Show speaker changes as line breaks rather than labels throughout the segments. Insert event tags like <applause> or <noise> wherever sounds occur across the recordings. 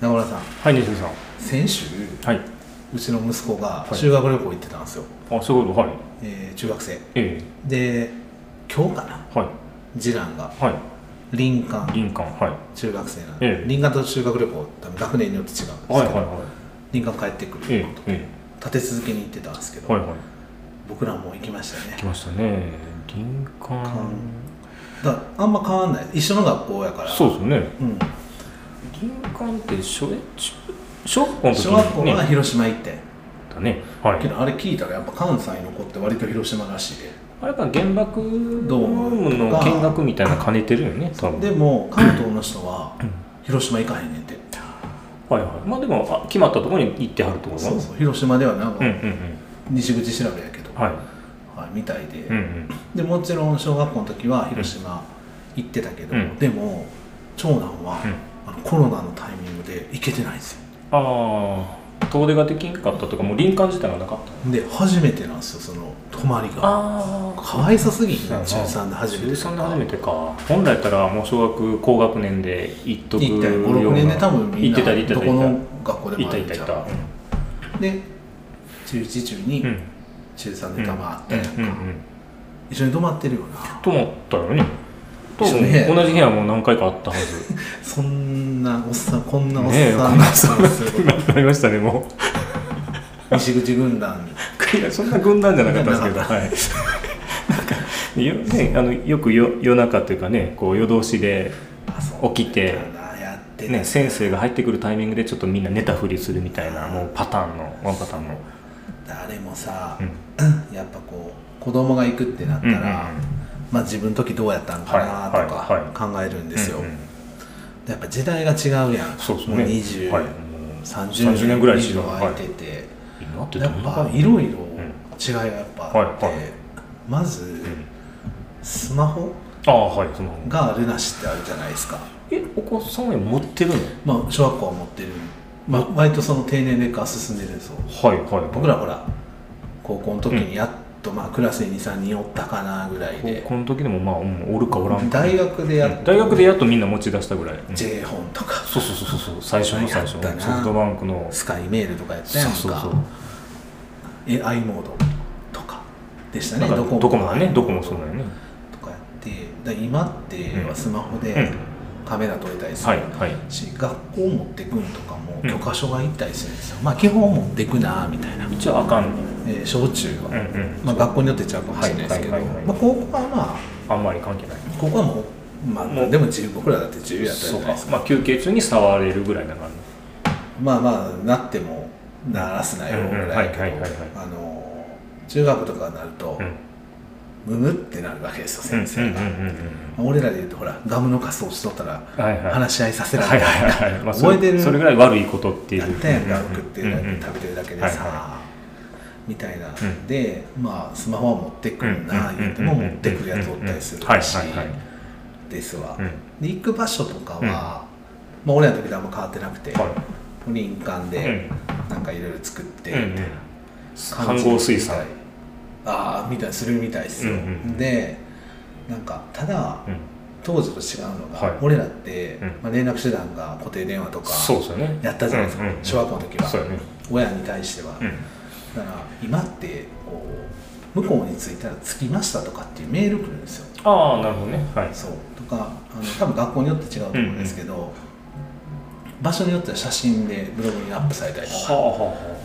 はい西口さん
先週
はいう
ちの息子が
はい
修学旅行行ってたんですよ、
あそういうことはい
えー中学生
え
で今日かな
えはい
次男が
はい
林間
林間はい
中学生なんで、
ええ
林間と修学旅行多分学年によって違うんですけど、
はいはいはい
林間帰ってくる、
えええ
立て続けに行ってたんですけ
え
ど、
はいはい
僕らも行きましたね
来ましたね林間
だからあんま変わんない一緒の学校やから
そうですよね
うん、
林間って初え中小学校の時
小学校
に
が
ね
広島行って、
だねは
け
い
どあれ聞いたらやっぱ関西の子って割と広島らしいで
あれか原爆ドームの見学みたいなの兼ねてるよね多分
でも関東の人は広島行かへんねんて、
はいはいまあでもあ決まったところに行ってはるってこと
そうそう広島ではなん
うんう
か
んうん
西口調べやけど、
はい
はい、みたいで、
うんうん
でもちろん小学校の時は広島行ってたけど、
うん
でも長男は、
う
あのコロナのタイミングで行けてないんですよ
ああ遠出ができんかったとかもう林間自体がなかった
で初めてなんですよその泊まりが
あ
かわいさすぎひん
うん
中3で初めて
中3で初めてか本来やったらもう小学高学年で行っとく
行った
ような
56年で多分みん
行ってた行っ
な
て
ど
た
こ
行
の
っ
学校で
て
もあ
た
るん
行った
ち
行
ゃ
った行っ
うで中1中
たうん
2中3でたまあったやんか、
うんうんうん
一緒に泊まってるよ
<laughs>
な
と思ったよね多
一緒ね
分同じ部屋も何回かあったはず
そんなおっさんこんなおっ
ねえ
さんがそうすること
なりましたねも
西口軍団
ういやそんな軍団じゃなかったんですけどはいなんかよ,、ね、あのよくよ夜中というかねこう夜通しで
あそう
起きて
やってた
ね、先生が入ってくるタイミングでちょっとみんな寝たふりするみたいなもうパターンのワンパターンの、
誰もさ
う、ん、
やっぱこう子供が行くってなったら、
うんうんうん
まあ、自分の時どうやったんかなと
はいはい
か考えるんですよ、
うんうん
やっぱ時代が違うやん
そうです
も
ね
う20、
はいもう
30
30年ぐらい
以
違
上
う
空いてて、
今ってど
や
ん
っ
な
ぱ
感じ
いろいろ
ん
違いがやっぱあって、
はいはい
まず、スマホ
ああはいその
があるなしってあるじゃないですか
えお子さんは持ってるの
まあ小学校は持ってる、まあ、割とその低年齢化は進んでるんですよ
はいはい
僕らほら高校の時にやっと、まあクラスに23人おったかなぐらいで
高校の時でもまあ、うん、おるかおらんか
大学でやっと
大学でやっとみんな持ち出したぐらい、うん
J 本とか
そうそうそうそう最初の最
や
初ソ
ったな
フトバンクの
スカイメールとかやった
そう
やんか
そうそう
え i モードとかでした
な
ね
んか
ドコモ
ドコモがね
i
ドコモそうだよね
とかやってだから今って
うん
スマホ
う
で
ん
カメラ撮れたりす
はい
る
はい
し、学校持ってくんとかも
うん
許可書が行ったりするんですよ、まあ基本持ってくなみたいな、
一応あかん
えー小中は、
うんうん
まあ、学校によって違うかもしれないですけど、
はいはいはいはい
まあ、高校はまあ
あんまり関係ない
ここはもう、ま
も
あ、
う
でも自由僕らだって自由やったじ
そ
ゃ
う
ない
か
ですか
まあ休憩中に触れるぐらいな感じ
まあまあなってもならすなよぐらいやけど、
うんうんはいはいはいはい
あの中学とかになると、むむってなるわけですよ先生が、まあ俺らで言うとほらガムの仮装しとったら
はいはい
話し合いさせら
は
れ
い
た
はいはい、まあ、そ
覚えて
れ
る
それぐらい悪いことっていう
やったやんか
うんうんうん
食ってるだけ食べてるだけでさ、
はいは
みたいな、
ん
でまあスマホは持ってくるな、
うんうんうんう
言っ
ん
ても持ってくるやつおったりする
はい
し、
はいはい
ですわ、
うん
で行く場所とかは、まあ俺らの時とあんま変わってなくて、
は
林間
い
でなんかいろいろ作って、
うんうん
缶
飯
詰
合水産
みたいああみたいなするみたいですよ、
うんうん
でなんかただ
うん
当時と違うのが、
はい
俺らって、
うん
まあ、連絡手段が固定電話とか
そうですよね
やったじゃないですか、
うんうん
小学校の時は、
そうやね
親に対しては、
うん
だから今ってこう向こうに着いたら着きましたとかっていうメール来るんですよ
ああなるほどねはい
そうとかあの多分学校によって違うと思うんですけど、場所によっては写真でブログにアップされたりと
はあ
か
は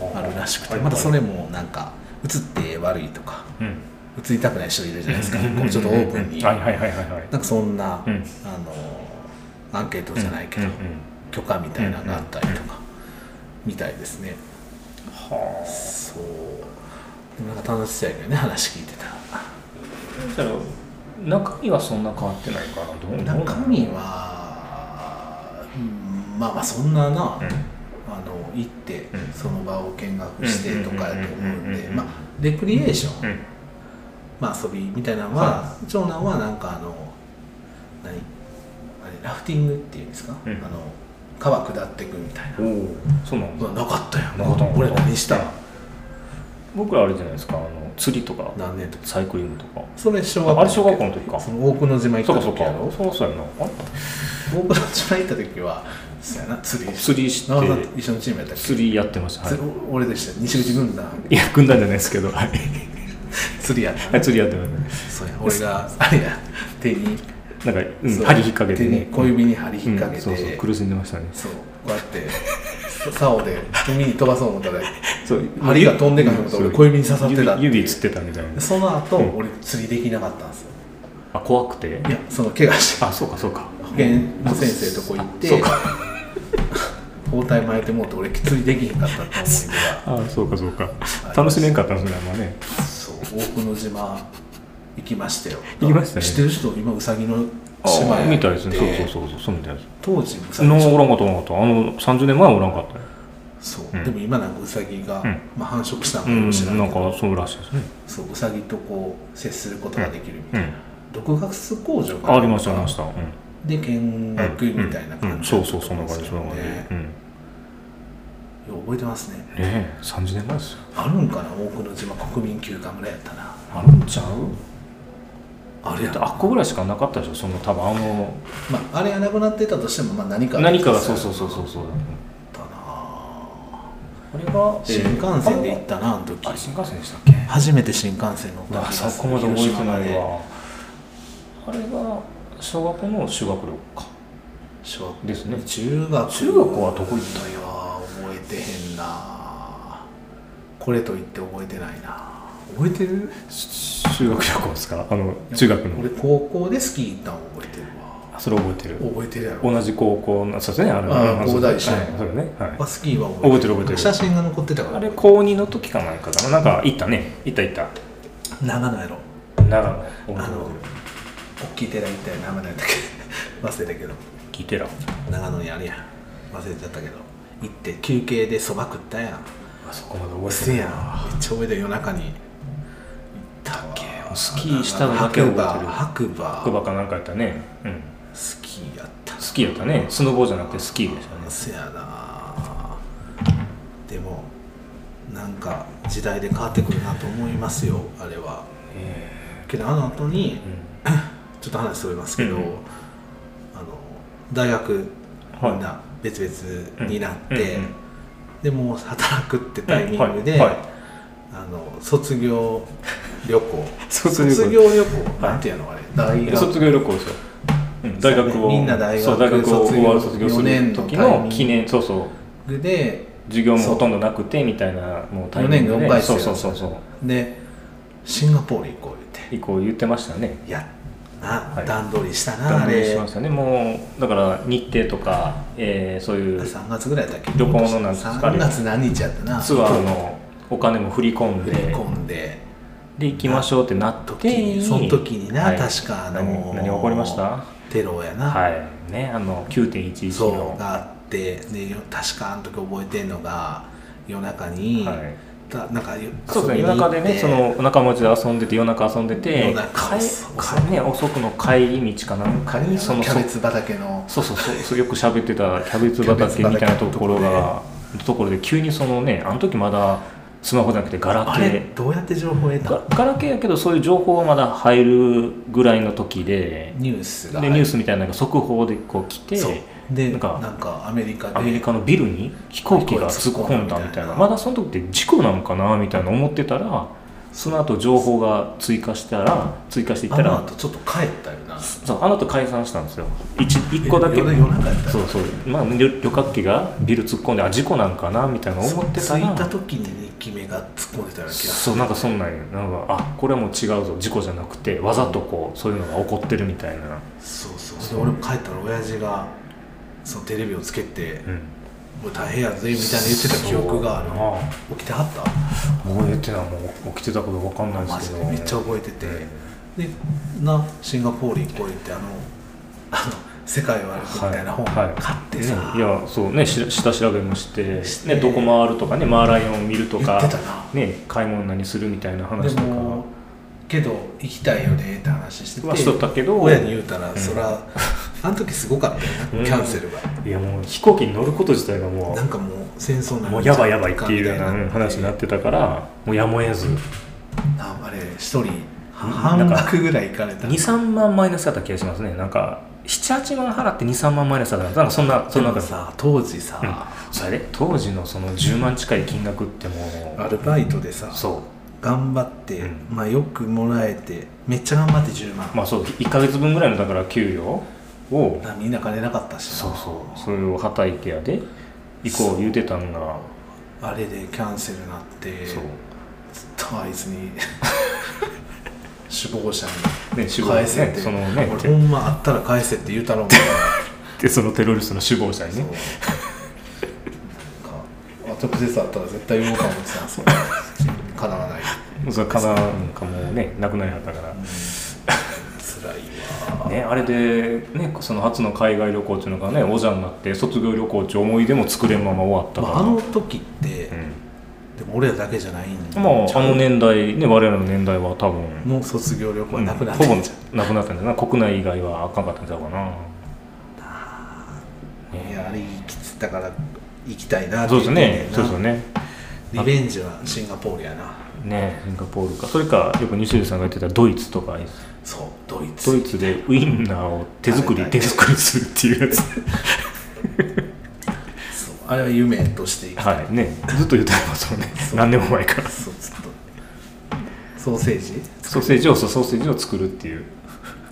あ
あ
はあ
るらしくて、
はい
またそれもなんか写って悪いとか
うん
映りたくない人いるじゃないですかこうちょっとオープンに
は
ないん
はいはいはいはい
かそんな、
うん
あのアンケートじゃないけど、
うんうんうん
許可みたいなのがあったりとか、みたいですね
はあ
そうでもなんか楽しそうやけどね話聞いてたら
だから中身はそんな変わってないかなどうどう
中身は、うんまあまあそんなな、あの行って
うん
その場を見学してとかやと思うん
うんうんうんうん
で
うん
まあレクリエーション、
うん
まあ、遊びみたいなのは、
は
長男はなんかあの何あれラフティングっていうんですか、
うん
あの川下ってくみたいな
おおそうなんだ
うわなかったよ
なかった
俺何した
僕らあれじゃないですかあの釣りとか
何年とか
サイクリングとか
それ小学校
あれ小学校の時か
その大久野島行っ
そう
た
かそう
時
か
やろ
そうそうやなあれ
大久野島行った時はそうやな釣り
釣りして
長澤と一緒のチームやったっけ
釣りやってました、はい
釣り俺でした西口軍
<laughs>
団
いや、軍団じゃないですけど、はい。 <laughs>
釣りやっ
はい釣りやってます。
たそうや俺があれや手に
なんか、うん、
そう
針引っ掛けて
手
ね
に。小指に針引っ掛けて、
うんそうそう、苦しんでましたね。
そうこうやって竿で海に飛ばそう思ったら
そう、
針が飛んでかと思ったら俺小指に刺さってたっていう
指指つってたみたいな
で。その後、
うん
俺釣りできなかったんですよ
あ、怖くて
い。やその怪我して
あ、そうか、そうか。
保健の先生とこ行って
あそうか。
包帯巻いてもうて俺釣りできへんかったって思い出
あ、そうか、そうか。楽しめんかったんですね、あんまね。
がそう大久野島行きましたよ
行きましたね
知ってる人今うさぎの島
あ
や
みたいですね。そう
う
そうそう、そうそうみたいです。
当時うさぎ
の
の
おらんかった、おらんかった。あの、30年前はおらんかったよ。
そう、
うん
でも今なんかうさぎが、
うん
まあ、繁殖したの
う
か
ん、
もしれな
ないん
けど、
か、そうらしいですね。
そううさぎとこう接することができるみたいな、
うん。
独学工場が
ありました、ありました。うん。
で見学みたいな
うんう
感
ん
じ
そ
だ
う
った
そう、
と
そん
思う
な
んで
感
すけど
じ、そん
ね
な感じ。うん。
よう覚えてますね
ねえ、30年前ですよ。
あるんかな大久野島国民休暇村やったな
あるんちゃう
あれ
だ
や
ってあっこぐらいしかなかったでしょその多分あの
まあ、あれがなくなってたとしても、まあ、何か
何かがそうそうそうそうそう
だったな
これが
新幹線で行ったなあの時
あれ新幹線でしたっけ
初めて新幹線乗った
あ
気
そ
がす
こ
る
まで覚えて
広
な
島ま
い
で
わあれが小学校の修学旅行か
小学
ですね
中学
中学はどこ行った
んや覚えてへんなこれと言って覚えてないな覚えてる
修学旅行ですかあの中学
俺
の
高校でスキー行ったの覚えてるわ
あそれ覚えてる
覚えてるやろ
同じ高校のそうですねあれ
ああ
あの
高大一緒
はいそうだねはい
あスキーは
覚えてる覚えてる
写真が残ってたから
あれ高2の時かなんかかななんか行ったね行った行った
長野やろ
長野覚え
あ
てる
の
覚えて
大きい寺行ったよ長野やったっけ <laughs> 忘れたけど
る聞いてら
長野にあるやん忘れちゃったけど行って休憩でそば食ったやん
あそこまで
おい
覚え
してい
ない
やんめっちゃ覚えてる夜中に行ったっけ
スキーしたのだけ覚えてる
白馬白
白
馬
馬かなんかやったね、うん、
スキーやった
スキーやったねスノボじゃなくてスキーでしたね
せやなでもなんか時代で変わってくるなと思いますよあれは
え
けどあの後に
えうん
ちょっと話それますけど、
うん
あの大学
はい
みんな別々になって、
うんうん
でもう働くってタイミングで、
うんはいはい
あの卒業旅行
<laughs> 卒業旅行
卒業旅行、なんていうのあれ大学
卒業旅行ですよ、うん、大学を
みんな大学
そう大学を
卒業
終わる卒業す
四年
る
の
時
タイミン
の
グ
記念そうそう
で
授業もほとんどなくてみたいなもうタイミング
四年
で
が四回生
そうそうそうそう
でシンガポール行こう言って
以降言ってましたね
やっな、
はい
段取りしたなあ
断念し
れ
ましたねもうだから日程とか、えーそういうツ
3月ぐらいだったっけ
旅行のなんですか
3月何日やったな
アーのお金も振り込ん
振
で
り込んで
で行きましょうってなって
時にその時にな、
はい
確かあの
何何起こりました
テロやな、
はいねあの9.11
そ
の
うがあってでよ確かあの時覚えてんのが夜中に、
はい
たなんかよ
そうですね
遊
夜
びに行
中
って
でねその仲間内で遊んでて夜中遊んでて
夜中
帰
遅く
帰ね、遅くの帰り道かなん
カ
か
レー
に
の
その
キャベツ畑の
そうそうそうそうよく喋ってたキャベツ畑みたいなところがところで急にそのねあの時まだスマホじゃなくてガラ
あ
ケ
れ
ー
どうやって情報得
ガ
た
ガラケーやけどそういう情報はまだ入るぐらいの時で
ニュースが
でニュースみたいなのが速報でこう来て
そうでなん
な
ん
か
かアメリカで
アメリカのビルに飛行機が突っ込んだみたいなまだその時って事故なのかなみたいな思ってたらその後情報が追加したら追加していっ
あ
た
のあ
ら
とちょっと帰ったよな
そうあの後解散したんですよ 1, 個だけ
夜夜中やった
そ
よ
うそうまあ旅旅客機がビル突っ込んであ事故なんかなみたいな思ってた
着いた
ら
時に2機目が突っ込んでたような気がす
そうなんかそんなんやなんかあこれはもう違うぞ事故じゃなくてわざとこうそういうのが起こってるみたいな、
るそうそうで俺も帰ったら親父がそのテレビをつけて
うん、
「もう大変やぜ」みたいな言ってた記憶がある
そう
起きてはった
覚えてないもう起きてたこと分かんないで
マ
す
ジ
け
で
ど
めっちゃ覚えてて、でなシンガポール行こう言ってあのあの「世界を歩く」みたいな本
はい
買
はい
ってさ、
ね、いやそうねし下調べもして
して
ね、どこ回るとかねマーライオン見ると
言
か
ってたな
ね、買い物何するみたいな話
で
と
も
か
けど行きたいよねって話して
はしとってたけど
親に言うたら、
ん
そ
<laughs>
らあの時すごかったよ
うん
なキャンセルが、
いやもう飛行機に乗ること自体がも
なんかもう戦争
う
の
もうやばいやばいっていうようなうん話になっててたからもうやむを得ず
な一人半額ぐらいいかれた
23万マイナスだった気がしますねなんか78万払って23万マイナスだったなんかそんなそんな
でもさ当時さ、
うんそれで当時のその10万近い金額ってもう
アルバイトでさ
そ
頑張って、
うん
まあ、よくもらえてめっちゃ頑張って10万
う、まあそう1か月分ぐらいのだから給与を
なみんな金なかったしな
そうそうそれをはたいてやで行こう言うてたんが
あれでキャンセルなって
そう
ずっとあいつに <laughs> 首謀者に
ね死亡
返せっ
ね
て
そのね
俺
て
ほんまあったら返せって言うた
<laughs>
ろうもん
でそのテロリストの首謀者に
そう
ね
なんかあ直接会ったら絶対言おうかもってたんですよかなわない
それかななんかもうねなくなりはったから
辛いわ
ね、あれで、ね、その初の海外旅行っていうのがねおじゃになって卒業旅行って思い出も作れんまま終わった
ま
から、
あ、あの時って、
う
でも俺らだけじゃないん
ん、まああの年代ね我々の年代は多分、
の卒業旅行
う
は
ん
なくなって
ほぼ
んじゃん
なくなったんだな国内以外はあかんかったんちゃうかな、
い
ね、
やあれ行きつったから行きたいなって
そ
言
う
っ
です
てんんな
よねそうですよね
リベンジはシンガポールやな
ねシンガポールかそれかよく西出さんが言ってたドイツとか
そうドイツ
ドイツでウインナーを手作り
食べた
手
い
作りするっていうやつ
そうあれは夢として生きたい、
はいねずっと言ってますもんね
そう
<laughs> 何年も前から
そうずっとソーセージ
ソーセージをそうソーセージを作るっていう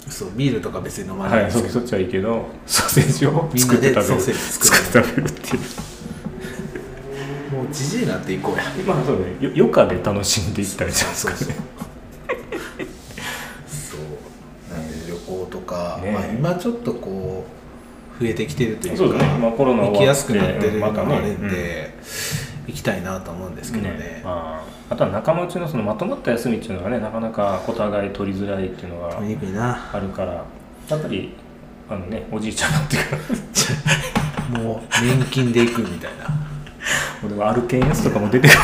そうビールとか別に飲まないん
は
で
い、
す
そ
けど、
そっちはいいけどソーセージを作って
みんなで
食べる
ソーセージ
作
作
って食べるっていう
もうじじいになっていこうや
まあそうねよ余暇で楽しんでいったりします
そう
か
そうそう
ね
そうなんで旅行とか、
ね
まあ、今ちょっとこう増えてきてるというか
そうですねまあコロナ終わっ
行
て
きやすくなってるの
また
もあ
ね
るんで、行きたいなと思うんですけどね
ねまあ、あとは仲間内のそのまとまった休みっていうのがねなかなかお互い取りづらいっていうのが
取りにくいな
あるからやっぱりあのねおじいちゃんになってから
もう年金で行くみたいな
<laughs> 俺は歩けんやつとかも出てくる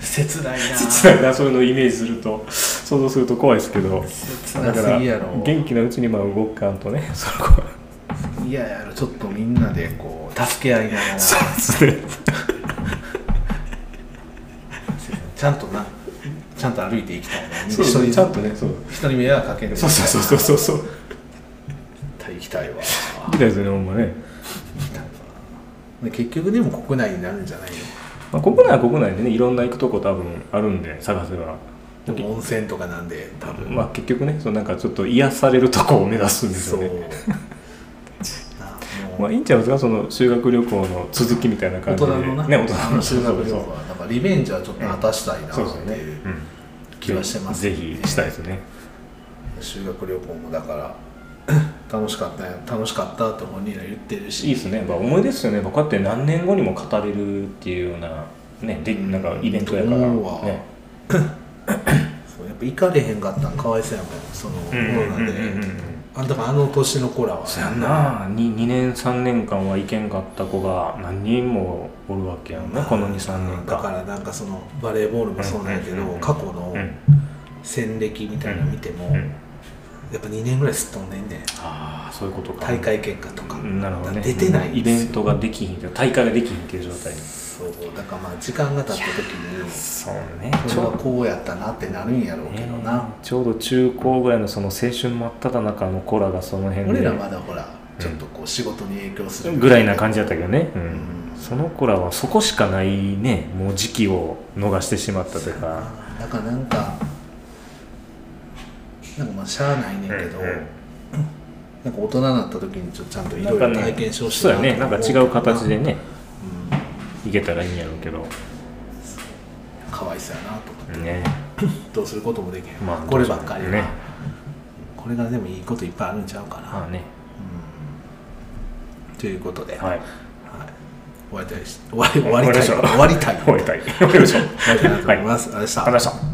切ないな
切ないな <laughs> そういうのをイメージすると想像すると怖いですけど
切
だ
な
か
す
ら
ぎやろ
元気なうちにまあ動かんとね <laughs> そこはい
ややろちょっとみんなでこう助け合いながらち
そうですね
ゃんとなちゃんと歩いていきたいな
そうそうちゃんとねそう
人に迷惑かける
そうそうそうそうそうそう
絶対行きたいわ
みたいですねほんまね、
で結局でも国内になるんじゃない
まあ、国内は国内でねいろんな行くとこ多分あるんで探せば、
のでも温泉とかなんで多分、
まあ、結局ねそのなんかちょっと癒されるとこを目指すんです
そ
よ
う
<laughs> ね
な
ま
も
あ
う
いいんちゃいますかその修学旅行の続きみたいな
大
感じ
人
で
のな、
ね大人の
修学旅行
そう
はなんかリベンジはちょっと果たしたいなって
そうそうそうです
い
よね
う、
うん、
気はしてますね
ぜひぜひしたいですね
修学旅行もだから楽しかったよ楽しかったって本人は言ってるし
いいですね、まあ、思い出ですよね、まあこうやって何年後にも語れるっていうような,、ね、でなんかイベントやから、
うん思うわ
ね、
そうやっぱ行かれへんかったんかわいそうやもんそのコロナで
うんうんうんうん
あんたもあの年の子らは
そやんな 2, 2年3年間は行けんかった子が何人もおるわけやんなこの23年
だか
間
らなんかそのバレーボールもそうなんやけど、
うんうんうん
過去の
うん
戦歴みたいなの見ても、
うん
やっぱ2年ぐらいすっ飛んでんねん
ああそういうことか
大会結果とか,、
なるほどね
出てない
イ
ん
ベ
です
ン
よ
トができひんって大会ができひんっていう状態
そうだからまあ時間が経った時に
そうね
こ
ち
れは
ょ
こうやったなってなるんやろうけどな、
ちょうど中高ぐらいのその青春真っ只中の子らがその辺で
俺らまだほらちょっとこう仕事に影響する
ぐらいな感じだったけどね、うん
うん
その子らはそこしかないねもう時期を逃してしまったというか
だからなんかなんかまあしゃあないねんけど、
うんうん
なんか大人になった時にちょっとちゃんとい
な
ろ
ん
い
か
ろ
ね
体験してほしい
そうやねなんか違う形で
ね、
ね
う
いけたらいいんやろうけど
ん、かわいそうやなと思って、
ね
どうすることもできへん、
まあ
こればっかりは
ね
これがでもいいこといっぱいあるんちゃうかな、
まあね
ということで、
は
は
い
い終わりたいし終わり終わりたい
終
終
わ
わりたい
終わりたい終わりましょう
<laughs> 終わりたいなと思い
はい
ます、ありがとうございました
ありがとうございました